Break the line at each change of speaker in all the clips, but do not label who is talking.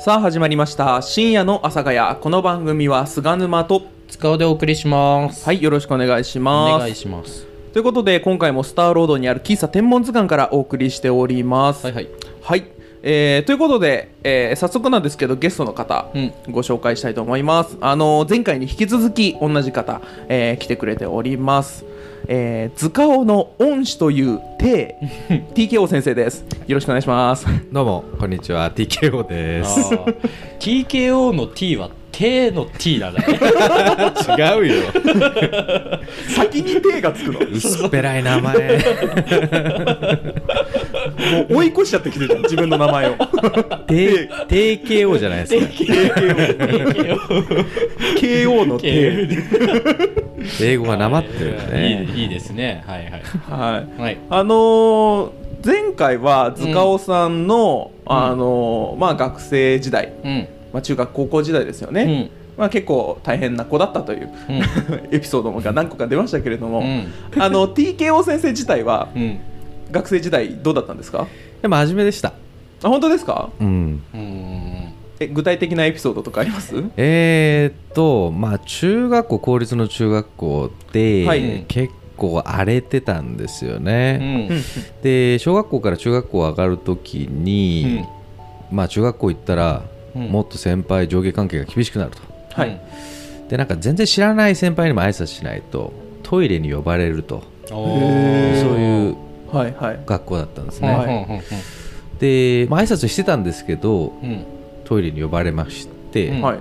さあ始まりました深夜の阿佐ヶ谷この番組は菅沼と
使うでお送りします。
はいよろしくお願いし
お
ます
願いします。
ということで今回もスターロードにある喫茶天文図鑑からお送りしております
はいはい。
はいえーということで、えー早速なんですけどゲストの方、
うん
ご紹介したいと思いますあのー前回に引き続き同じ方、えー来てくれております、えー、図鑑の恩師という 帝 TKO 先生ですよろしくお願いします
どうもこんにちは TKO です。
TKO の T は T の T だね。
違うよ。
先に帝がつくの
薄っぺらい名 前。
もう追い越しちゃってきてるじゃん自分の名前 を
T- TKO じゃないですか。
KO の
K
帝
英語がなまってるよね。
いいいいですね。はいはい
はい
はい。
あのー前回は塚尾さんの、あのーまあ学生時代、
うん
まあ、中学高校時代ですよ
う
ね、
ん
まあ、結構大変な子だったという
うん
エピソードが何個か出ましたけれども、
うん
あの TKO 先生自体は
うん
学生時代どうだったんですか
でも真面目でした。
あ本当ですか
うん。
うん
え具体的なエピソードとかあります
えー、っとまあ中学校公立の中学校で、
はい
結構荒れてたんですよ
う
ね。
ん
で小学校から中学校上がるときに、まあ中学校行ったら、
うん
もっと先輩上下関係が厳しくなると。
はい、
でなんか全然知らない先輩にも挨拶しないとトイレに呼ばれると
お
そう
へー
いうう
はいはい
学校だったんです
ん
ね、
う
で、まあ、挨拶してたんですけど
んうん
トイレに呼ばれまして、
うん
はい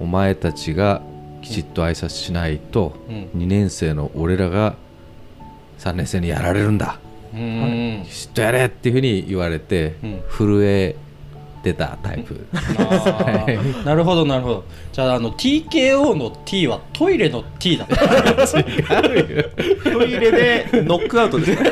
お前たちがきちっと挨拶しないと、
うん
2年生の俺らが3年生にやられるんだ
うんうん
きちっとやれっていうふうに言われて、
うん
震えてたタイ プ、
あーなるほどなるほどじゃああの TKO の T はトイレの T だった
トイレ でノックアウトですね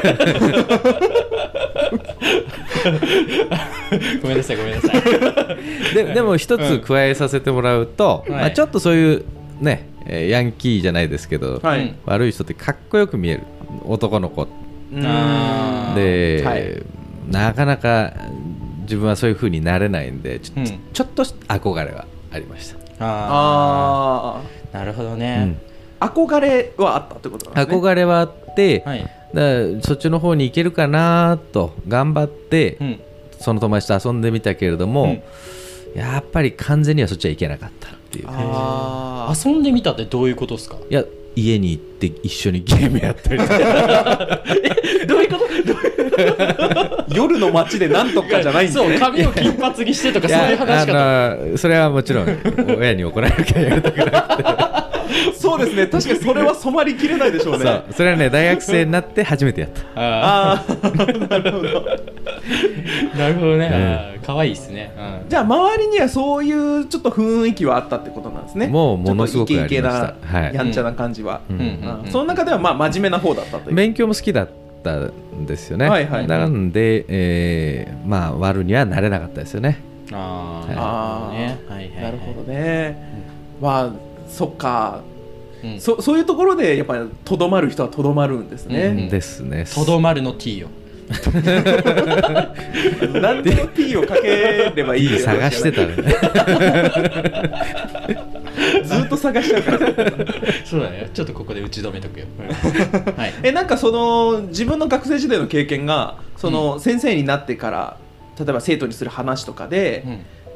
ごめんなさいごめんなさい
ででも一つ加えさせてもらうと、
うん
まあ、ちょっとそういうねえーヤンキーじゃないですけど、
はい、
うん
悪い人ってかっこよく見える男の子
うーん
あー
で、
はい
なかなか自分はそういう風になれないんでち
う
ょ,、
ん
ちょっと憧れはありました、
あ
あ
あなるほどね、
あ憧れはあったってことなんですね
憧れはあって、
はい
だからそっちの方に行けるかなと頑張って、
うん
その友達と遊んでみたけれども、
うん
やっぱり完全にはそっちは行けなかったっていう
あー
遊んでみたってどういうことですか
いや家に行って一緒にゲームやったりとか
どういう ことどういう
夜の街でなんとかじゃないんで
そう
ね
髪を金髪にしてとか
い
そういう
や
話かと
あのそれはもちろん親に怒られるからやりたくない
そうですね確かにそれは染まりきれないでしょう
そう
ね
それはね大学生になって初めてやった
あ
ああなるほど
ーなるほどね
うん
あー可愛いですねうん
じゃあ周りにはそういうちょっと雰囲気はあったってことなんですね
もうものすごく
ちょっとイケイケな
ありましたはい
やんちゃな感じは、
うん
うん
うんその中ではまあ真面目な方だったという
勉強も好きだったんですよね、
はいはい
なんで、えーまあ悪にはなれなかったですよね
あ
あー
ーなるほどねはいはい
なるほどね、まあそっか
うん
そそういうところでやっぱりとどまる人はとどまるんです
う
ね、
ん
ですね
とどまるの T よ
何でも T をかければいい
いい探し てたね
ずっと探しちゃうから
そうだねちょっとここで打ち止めとくよはい
えなんかその自分の学生時代の経験がその、先生になってから例えば生徒にする話とかで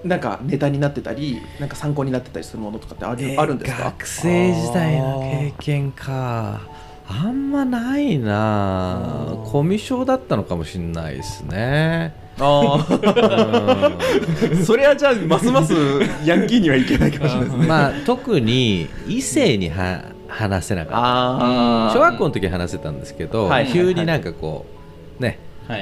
う、ん
なんかネタになってたりなんか参考になってたりするものとかってある,、あるんですか
学生時代の経験かあんまないな
あー
コミュ障だったのかもしれないです ね、
あ
うん
ー それはじゃあますますヤンキーにはいけないかもしれないですね
まあ特に異性には話せなかった
あ
ー
小学校の時は話せたんですけど、
はい
急になんかこうね、
はい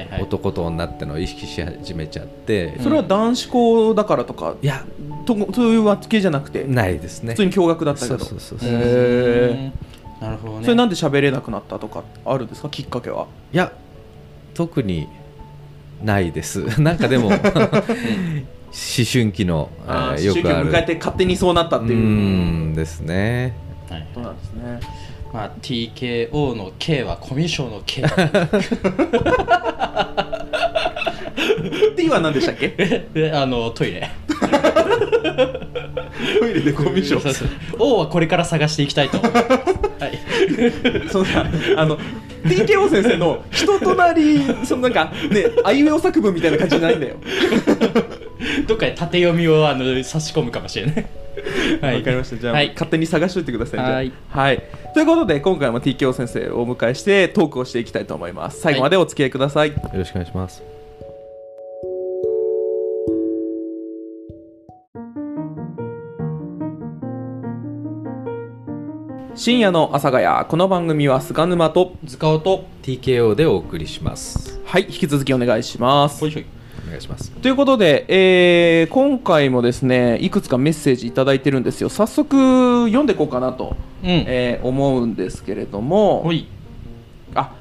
はい
男と女ってのを意識し始めちゃって、
それは男子校だからとか
いや
とそういうわけじゃなくて
ないですね
普通に共学だったけ
そ
ど
うそうそう
う
そう、
ん
い
へ
なるほどね
それなんで喋れなくなったとかあるんですかきっかけは
や特にないです なんかでも思春期のあーよく
宗
あ
教
る
迎えて勝手にそうなった
う
っていう
ーんですね
はい
ことなんですね
まあ TKO の K はコミュ障の K
T は何でしたっけ
であのトイレ
トイレでゴミ処
そうそう王はこれから探していき たいと思いますはい
そのさあの TKO 先生の人となりそのなんかねあいうえお作文みたいな感じじゃないんだよ
どっかで縦読みをあの差し込むかもしれない
わ、
はい
かりましたじゃあ、
はい
勝手に探しといてくださいじゃあ
はい
はいということで今回も TKO 先生をお迎えしてトークをしていきたいと思います最後までお付き合いください、
よろしくお願いします
深夜の阿佐ヶ谷この番組は菅沼と
塚尾と
TKO でお送りします
はい引き続きお願いします
ほいほい
お願いします
ということで、えー今回もですねいくつかメッセージいただいてるんですよ早速読んでいこうかなと、
うん
えー思うんですけれども
ほい
あ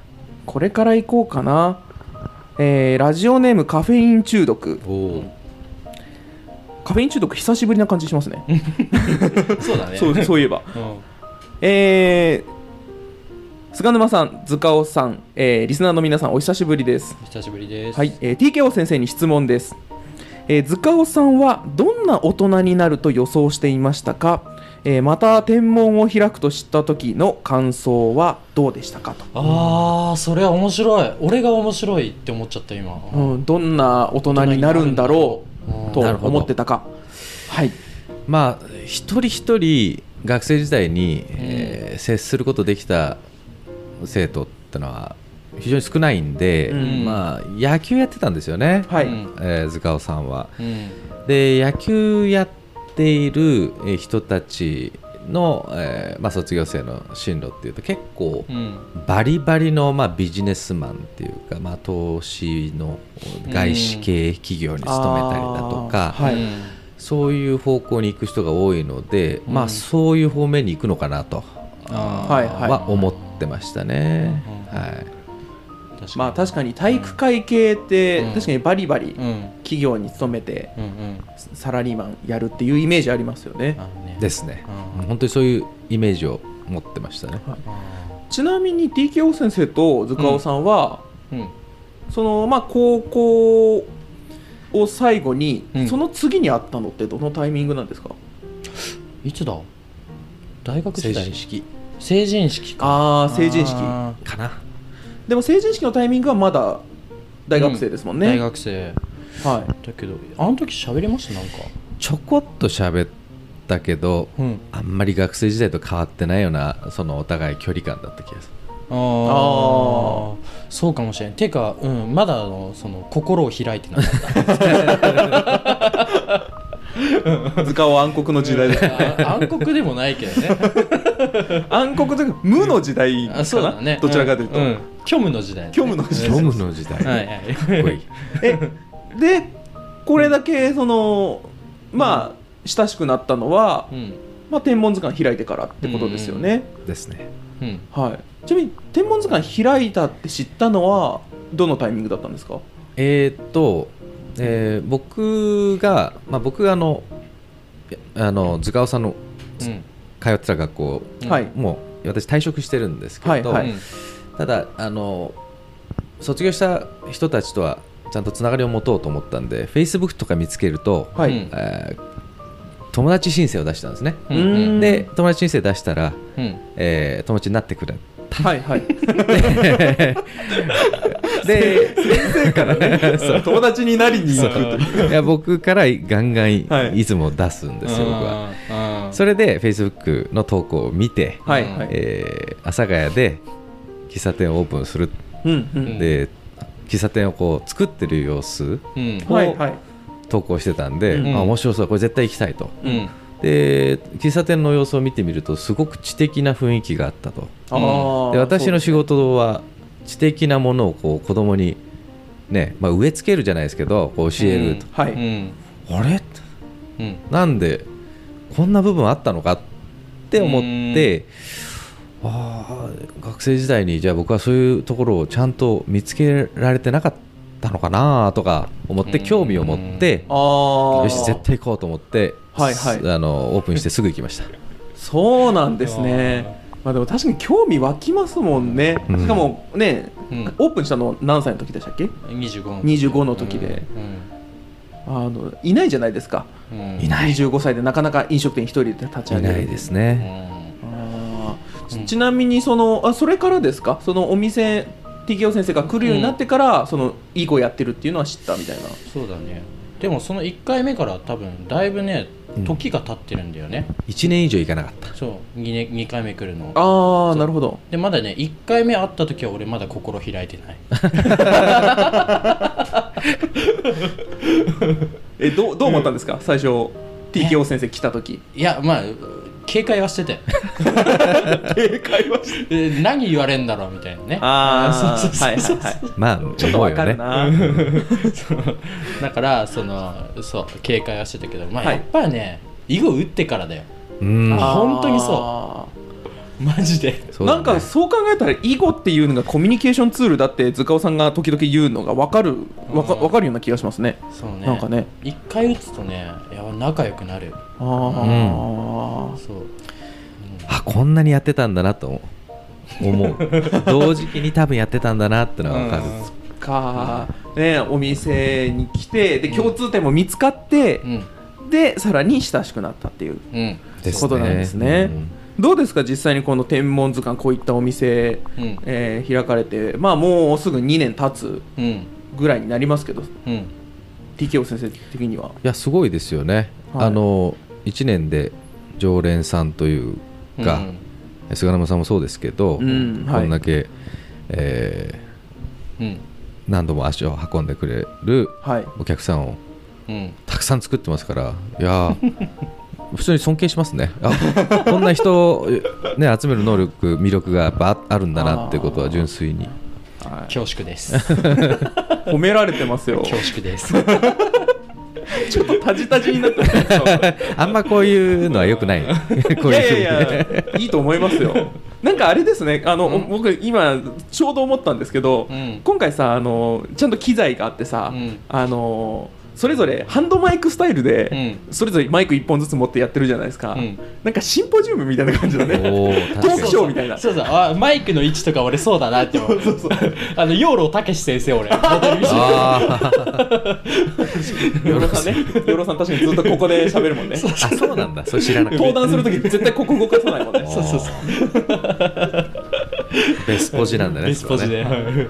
これから行こうかな、えーラジオネームカフェイン中毒
おおー
カフェイン中毒久しぶりな感じしますね
そうだね
そうそういえば
うん
えー菅沼さん塚尾さん、えーリスナーの皆さんお久しぶりです
久しぶりです
はい、えー TKO 先生に質問です、えー塚尾さんはどんな大人になると予想していましたか、えーまた天文を開くと知った時の感想はどうでしたかと
あーそれは面白い俺が面白いって思っちゃった今
うん、どんな大人になるんだろうと
なるほど
思ってたかはい
まあ一人一人学生時代に、えー接することできた生徒ってのは非常に少ないんで、
うん
まあ野球やってたんですよね、
はい、
うん
えー塚尾さんは。
うん
で野球やっているえー人たちの、えーまあ、卒業生の進路っていうと結構
うん
バリバリの、まあ、ビジネスマンっていうか、まあ、投資の外資系企業に勤めたりだとか、
はい
うん
そういう方向に行く人が多いので、ま
う
あ
ん
そういう方面に行くのかなと
あー
はいはい
は思ってましたね
うん。
はい
確かに
まあ確かに体育会系って、
うん
確かにバリバリ
うん
企業に勤めて
うんうん
サラリーマンやるっていうイメージありますよね
あのね
ですね
うん。
本当にそういうイメージを持ってましたね。
ちなみに TKO 先生と塚尾さんは、
うん
そのまあ高校を最後に、
うん
その次に会ったのってどのタイミングなんですか
いつだ大学時
成
代
人式
成人式か
ああ成人式
あー
かな。
でも成人式のタイミングはまだ大学生ですもんね、
大学生
はい
だけどあの時喋りましたなんか
ちょこっと喋ったけど、
うん
あんまり学生時代と変わってないようなそのお互い距離感だった気がする。
あ
あ
あそうかもしれんていうか、うん、まだあのその心を開いてなかっ
塚尾暗黒の時代 です
た暗黒でもないけどね
暗黒というか無の時代か
あそう
な、
だね
どちらかというと、
んん虚無の時代だね、
虚無の時代
虚無の時代。
はい
か
はい
っこいい
えでこれだけそのまあ親しくなったのは、
うん
まあ、天文図鑑開いてからってことですよね、
ですね。
うん
はいちなみに天文図鑑開いたって知ったのはどのタイミングだったんですか
えーっと、えー僕が、まあ、僕があのいやあの塚尾さんの
うん
通ってた学校
うん
はい
もう私退職してるんですけど、
はい
ただあの卒業した人たちとはちゃんとつながりを持とうと思ったんで Facebook とか見つけると、
はい、
うん
えー友達申請を出したんですね、
うん
う
うんん
で友達申請出したら、
うん
えー友達になって くれ
はい はい
で
先生からね友達になりに行くという
いや僕からガンガンい,、
はい
つも出すんですよ僕は。
あー
それで Facebook の投稿を見て、
はい
うん
はい、
えー阿佐ヶ谷で喫茶店をオープンする
うんうんん
で、喫茶店をこう作ってる様子
うん
はいはい
投稿してたんで、
うん
あ面白そうこれ絶対行きたいと
うん
で喫茶店の様子を見てみるとすごく知的な雰囲気があったと
ー
で私の仕事は知的なものをこう子供にね、まあ、植え付けるじゃないですけどこう教えると、
はい、
うん
あれ
うん
なんでこんな部分あったのかって思ってああ学生時代にじゃあ僕はそういうところをちゃんと見つけられてなかったのかなとか思って
うん
興味を持って
ああ
よし絶対行こうと思って、
はいはい
すあのオープンしてすぐ行きま した
そうなんですねまあでも確かに興味湧きますもんね、
うん
しかもね
うん
オープンしたの何歳の時でしたっけ
25
25の時で
うん
あのいないじゃないですか
うん
いない
25歳でなかなか飲食店一人で立ち
い
上げ
な
る
いです
うん
ね、
あーち
うん
ちなみにそのあそれからですかそのお店 TKO 先生が来るようになってから、そのいい子やってるっていうのは知ったみたいな
そうだねでもその1回目から多分だいぶね
うん
時が経ってるんだよね、
1年以上行かなかった
そう2年二回目来るの
ああなるほど
でまだね1回目会った時は俺まだ心開いてない
えどうどう思ったんですか、最初 TKO 先生来た時
いやまあ警戒はしてて
警戒は し
え何言われんだろうみたいなね
ああ
そうそうそうそう
はいはいはい
まあ
ちょっとわかる
思
な、
そうだからそのそう警戒はしてたけどまあ
はい
やっぱりね、囲碁打ってからだよ
うよねうん
あ本当にそう
あ
マジで
ー
そうだ
な
ね
んかそう考えたら囲碁っていうのがコミュニケーションツールだって塚尾さんが時々言うのが分かる分か
うん
分かるような気がしますね
そうね
なんかね
一回打つとねいや仲良くなる
ああ、
そう、
あこんなにやってたんだなと思う 同時期に多分やってたんだなってのが分かる、
か、ね、お店に来てで共通点も見つかって
う、ん
でさらに親しくなったっていう
うん
そういうことなんですね
うん
どうですか実際にこの天文図鑑こういったお店、
うん
えー開かれてまあもうすぐ2年経つ
うん
ぐらいになりますけど
うん、
TKO 先生的にはい
やすごいですよね、
はい
あの1年で常連さんというか、菅沼さんもそうですけど、
うん
こんだけ、え
うん
ー何度も足を運んでくれる
はい
お客さんを
うん
たくさん作ってますからいやー 普通に尊敬しますねあ こんな人を、ね、集める能力魅力がやっぱあるんだなってことは純粋に
はい
恐縮です
褒められてます よ
恐縮です
ちょっとタジタジになって ます
あんまこういうのは良くないこういうふうに
い
ね
やいやいやいいと思います よなんかあれですねあの、
うん
僕今ちょうど思ったんですけど、
うん
今回さあのちゃんと機材があってさ、
うん
あのそれぞれハンドマイクスタイルで、
う
それぞれマイク1本ずつ持ってやってるじゃないですか、
うん
なんかシンポジウムみたいな感じだね
おー
ト
確か
ー
に
クショーみたいな
そうそうあマイクの位置とか俺そうだなって思う
そうそう
あの養老たけし先生 俺モデル見せて
あ
ヨロさんねヨロさん確かにずっとここで喋るもんね
ー あそうなんだそれ知らなかっ
登壇するとき絶対ここ動かさないもん
た
ね
そうそうそう
あーベスポジなんだね
レスポジで
それはね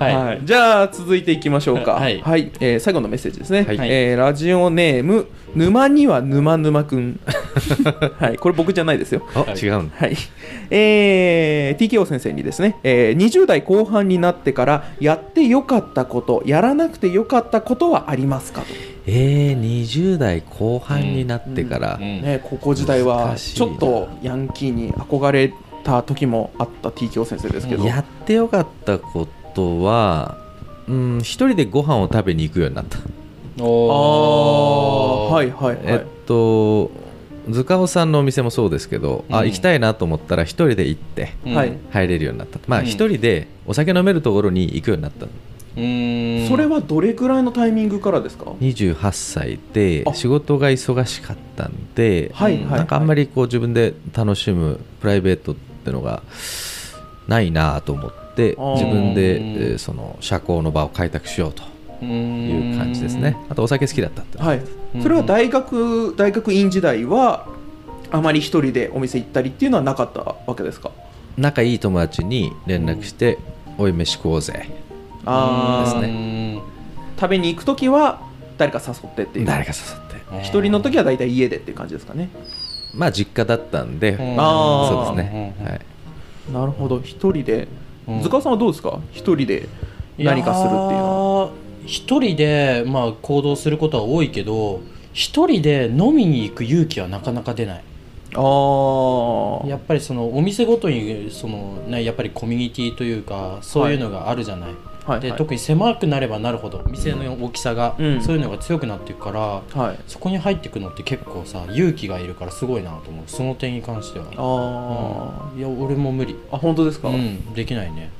はい、
はい、じゃあ続いていきましょうか。
は
はいい、えー最後のメッセージですね。
はい
えーラジオネーム沼には沼沼く ん。はい、これ僕じゃないですよ。
あ違うんだ
はい、えー TKO 先生にですね、えー20代後半になってからやってよかったこと、やらなくてよかったことはありますかと。
えー、20代後半になってから、
うんうん
ね、高校時代は
難しい
ち
な
ょっとヤンキーに憧れた時もあった TKO 先生ですけど。
やってよかったことはうん一人でご飯を食べに行くようになった、
あ
お
ー
ー
はいはいはい。
えっと塚尾さんのお店もそうですけど、
う
あ
ん
行きたいなと思ったら一人で行って
うん
はいう
入れるようになったまあ
うん
一人でお酒飲めるところに行くようになった
ーん
それはどれくらいのタイミングからですか。
28歳で
あ
仕事が忙しかったんで、
はいはいはい
なんかあんまりこう自分で楽しむプライベートってのがないなと思って
あー
自分で、えーその社交の場を開拓しようと
う
い
いう
感じですねあとお酒好きだったっての
はい
うん、
それは大学大学院時代はあまり一人でお店行ったりっていうのはなかったわけですか
仲いい友達に連絡して「おい飯食おうぜ
あ
ー
あ、
です
ね
食べに行く時は誰か誘ってっていう
誰か誘って
一人の時は大体家でっていう感じですかね」
まあ実家だったんで、
うん
あー
そうですね、はい、
なるほど一人で、
うん
塚尾さんはどうですか一人で何かするっていうのは
いう一人で、まあ、行動することは多いけど一人で飲みに行く勇気はなかなか出ない
あ
やっぱりそのお店ごとにその、ね、やっぱりコミュニティというかそういうのがあるじゃない、
あはい
で
はい
特に狭くなればなるほど店の大きさが、
うん
そういうのが強くなっていくから
はい
そこに入っていくのって結構さ勇気がいるからすごいなと思うその点に関しては
あ
いや俺も無理
ーあ本当ですか、
うんできないね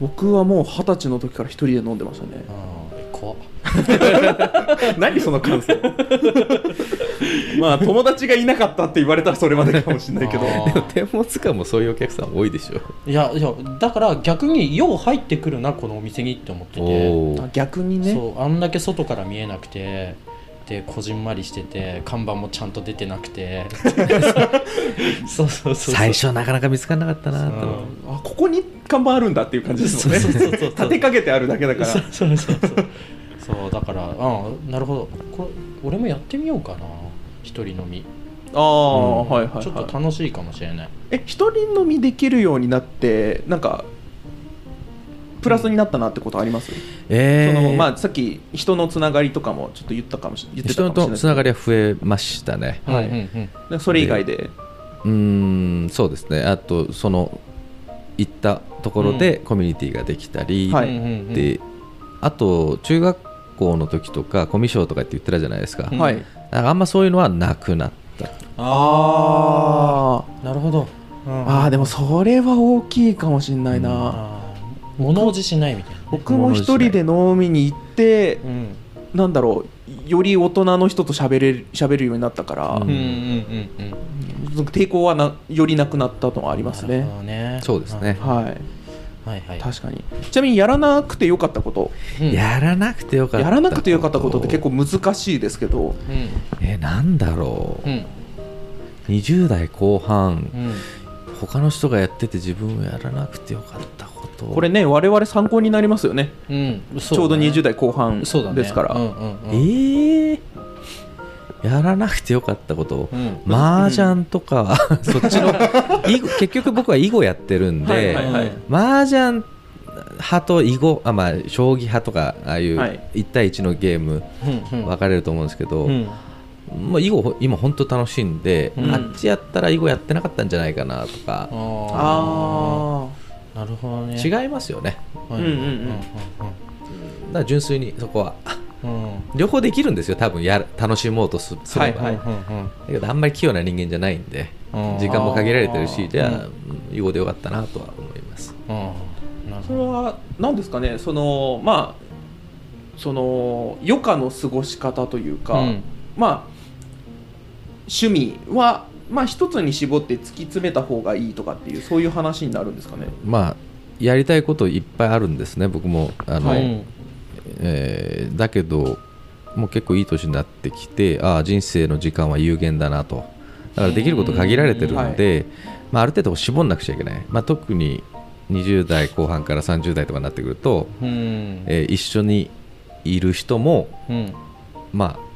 僕はもう二十歳の時から一人で飲んでましたね
あー怖っ
何その感想まあ友達がいなかったって言われたらそれまでかもしれないけど
あー
でも天文図鑑もそういうお客さん多いでし ょ
いやいやだから逆によう入ってくるなこのお店にって思ってて
おー
あ逆にね
そうあんだけ外から見えなくてってこじんまりしてて看板もちゃんと出てな くてそうそうそうそう
最初なかなか見つからなかったなと思って
あここに看板あるんだっていう感じですもんね
そうそうそうそう
立てかけてあるだけだから
そうそうそうそうそうだからうんなるほどこれ俺もやってみようかな一人飲み
ああ、はいはい、はい、
ちょっと楽しいかもしれない
え一人飲みできるようになってなんかプラスになったなってことあります、
え
その
ー
まあ、さっき人のつながりとかもちょっと言ったかもし言ってた
人
かもしれ
と
ない
つながりは増えましたね
はい
うんうん
でそれ以外で
うーんそうですねあとその行ったところでコミュニティができたり、
はい
うんうんうん
であと中学校の時とかコミュ障とかって言ってたじゃないですか,、
うん
は
う
い
ん
なんかあんまそういうのはなくなった
ああなるほど、
ーあーでもそれは大きいかもしれないな、
あー物おじしないみたいなね、
僕も一人で飲みに行って
うん
なんだろうより大人の人と喋れる喋るようになったから、
う
うんうんうんうん
抵抗はなよりなくなったのはあります
なる
ね
ほどね
そうですね
は
はい
いはいはい、
確かにちなみにやらなくてよかったこと
うん
やらなくてよかった
やらなくてよかったことって結構難しいですけど
うん
えなんだろう、
うん
20代後半
うん
他の人がやってて自分をやらなくてよかったこと
これね我々参考になりますよね
うん
ちょうど20
代
代後半です
そうだね
から、
うんうんうん
えー、やらなくてよかったこと
うん
麻雀とか、そっちの囲碁結局僕は囲碁やってるんで、
はいはいはい
麻雀派と囲碁あ、まあ、将棋派とかああいう
はい
1対1のゲーム
うんうん
分かれると思うんですけど、
うん
もう囲碁今本当楽しいんで、
うん
あっちやったら囲碁やってなかったんじゃないかなとか、
あ
あ
あなるほどねう、
違いますよね
は
うんうんうん
だから純粋にそこはあ
うんうんうん
両方できるんですよ多分やる楽しもうとすすれば、
はい
だけどあんまり器用な人間じゃないんで
うん
時間も限られてる
あ
し
ー
じゃあ囲碁でよかったなとは思います
うんなる
あそ
ほ
れ
ど
は何ですかねそのまあその余暇の過ごし方というか、
うん
まあ趣味はまあ一つに絞って突き詰めた方がいいとかっていうそういう話になるんですかね
まあやりたいこといっぱいあるんですね僕もあの、
はい
うん
えーだけどもう結構いい年になってきてああ人生の時間は有限だなとだからできること限られてるので、まあ、ある程度絞んなくちゃいけない、まあ、特に20代後半から30代とかになってくると、
うん
えー一緒にいる人も
うん
まあ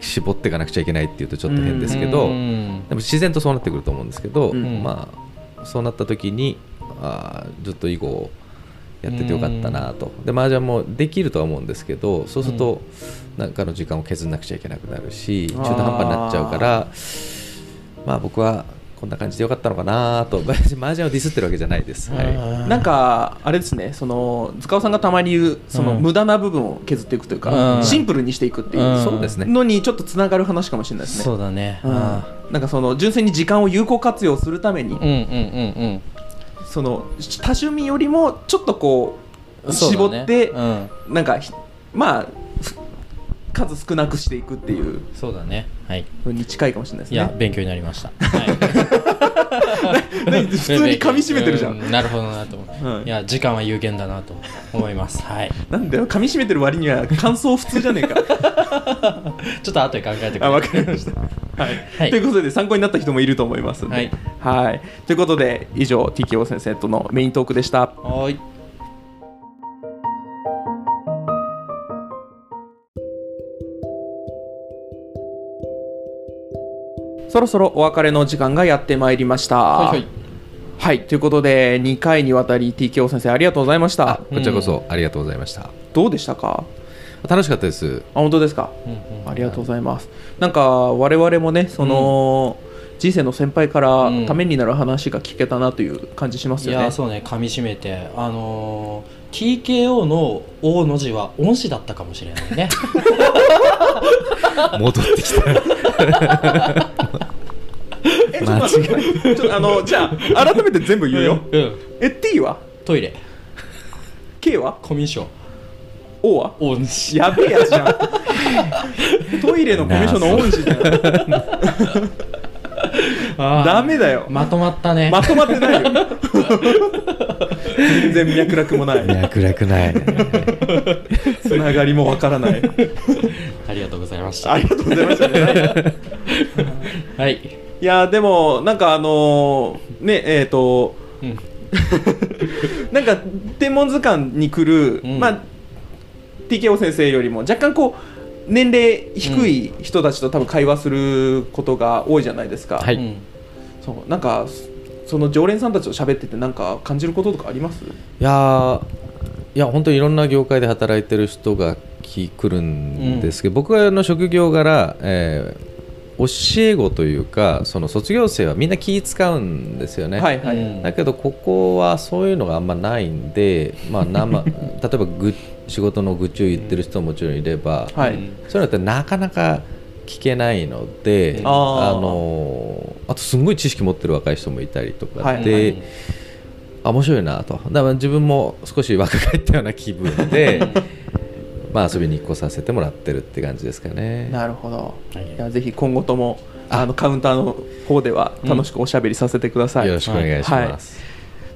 絞っていかなくちゃいけないっていうとちょっと変ですけど、
うん
でも自然とそうなってくると思うんですけど、
うん
まあそうなった時にあーずっと囲碁をやっててよかったなと、で麻雀もできるとは思うんですけどそうするとなんかの時間を削んなくちゃいけなくなるし
あ
中
ー
途半端になっちゃうからまあ僕はこんな感じでよかったのかなと 別に麻雀をディスってるわけじゃないです。はい
あー
なんかあれですねその塚尾さんがたまに言うその
うん
無駄な部分を削っていくというか、
うん
シンプルにしていくっていう、
うん
そうですね
のにちょっとつながる話かもしれないですね
そうだね
うんなんかその純粋に時間を有効活用するために、
うんうんうん
その多趣味よりもちょっとこ
う
うん
そう
絞
だ
っ
ね
て、
うん
なんかひまあふ数少なくしていくっていう
そうだねはい
のに近いかもしれないです
いや
ね。
勉強になりましたはい
何普通に噛み締めてるじゃん。
うなるほどなと思う、
はい
い、や時間は有限だなと思いますはい
なんだよ噛み締めてる割には感想普通じゃねえか。
ちょっと後で考えてく
あ
れ
わかりました。はい、
はい
ということで参考になった人もいると思いますんで。
はい
はいということで以上 TKO 先生とのメイントークでした。
はーい
そろそろお別れの時間がやってまいりました。
は
はい
はい
ということで2回にわたり TKO 先生ありがとうございました。
こちらこそありがとうございました、
どうでしたか
楽しかったです
あ本当ですか
うんうん
ありがとうございます。なんか我々もねその、人生の先輩から
うん
ためになる話が聞けたなという感じします
い
よね。
やーそうね噛み締めてあのー TKO の「O」の字は恩師だったかもしれないね
戻ってきた
えちょっと待 ってちょっとあのじゃあ改めて全部 言うよ。
うん
え T は
トイレ
K は
コミュ障
O は
恩師
やべえやつじゃ ん。トイレのコミュ障の恩師じゃん。
あー
ダメだよ
まとまったね、
まとまってないよ 全然脈絡もない
脈絡ない
つながりもわからない
ありがとうございました
ありがとうございました、ね、
はい、
いやでもなんかあのーねえっ、と
うん、
なんか天文図鑑に来る、
うん
まあ TKO 先生よりも若干こう年齢低い人たちと多分会話することが多いじゃないですか、
はい
うん
そうなんかその常連さんたちと喋っててなんか感じることとかあります
いやーいや本当にいろんな業界で働いてる人が来来るんですけど、僕の職業柄、えー教え子というかその卒業生はみんな気使うんですよね、
はいはい、
うん
だけどここはそういうのがあんまないんで、ま あ、生例えばぐ仕事の愚痴を言ってる人ももちろんいれば、
は
う
い
ん
そういうのってなかなか聞けないので
うん
あー
のーあとすんごい知識持ってる若い人もいたりとかで、
はい
あ面白いなとだから自分も少し若返ったような気分 でまあ遊びに来させてもらってるって感じですかね。
なるほど、
はい
いやぜひ今後ともあのカウンターの方では楽しくおしゃべりさせてください、
よろしくお願いします。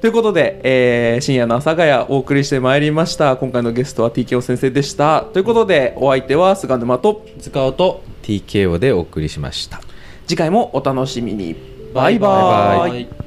ということで、えー深夜の阿佐ヶ谷お送りしてまいりました今回のゲストは TKO 先生でしたということでお相手は菅沼と
使うと
TKO でお送りしました。
次回もお楽しみにバイバ
バイバ
イ
イ
イ